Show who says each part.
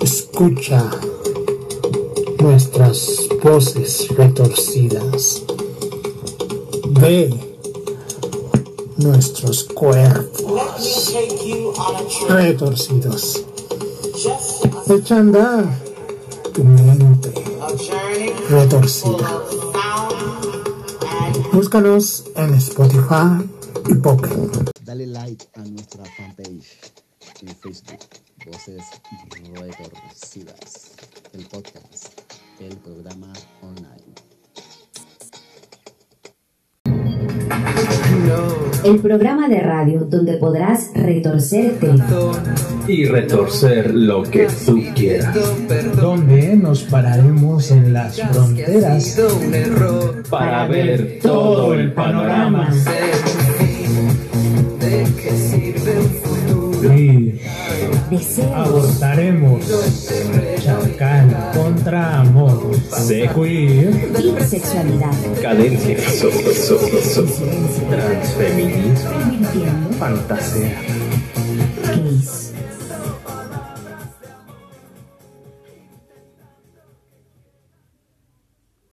Speaker 1: escucha nuestras voces retorcidas. Ve nuestros cuerpos retorcidos. Echa a andar tu mente retorcida. Búscanos en Spotify y Pocket.
Speaker 2: Dale like a nuestra fanpage en Facebook. Voces retorcidas. El podcast. El programa online.
Speaker 3: El programa de radio donde podrás retorcerte.
Speaker 4: y retorcer lo que tú quieras.
Speaker 1: donde nos pararemos en las fronteras
Speaker 4: Para ver todo el panorama.
Speaker 1: y
Speaker 3: Deseos,
Speaker 1: abortaremos chacal contra amor, secuir,
Speaker 3: y sexualidad.
Speaker 4: Cadencia. So, so, so. Transfeminismo.
Speaker 3: Transmitiendo
Speaker 1: fantasía,
Speaker 3: Cris.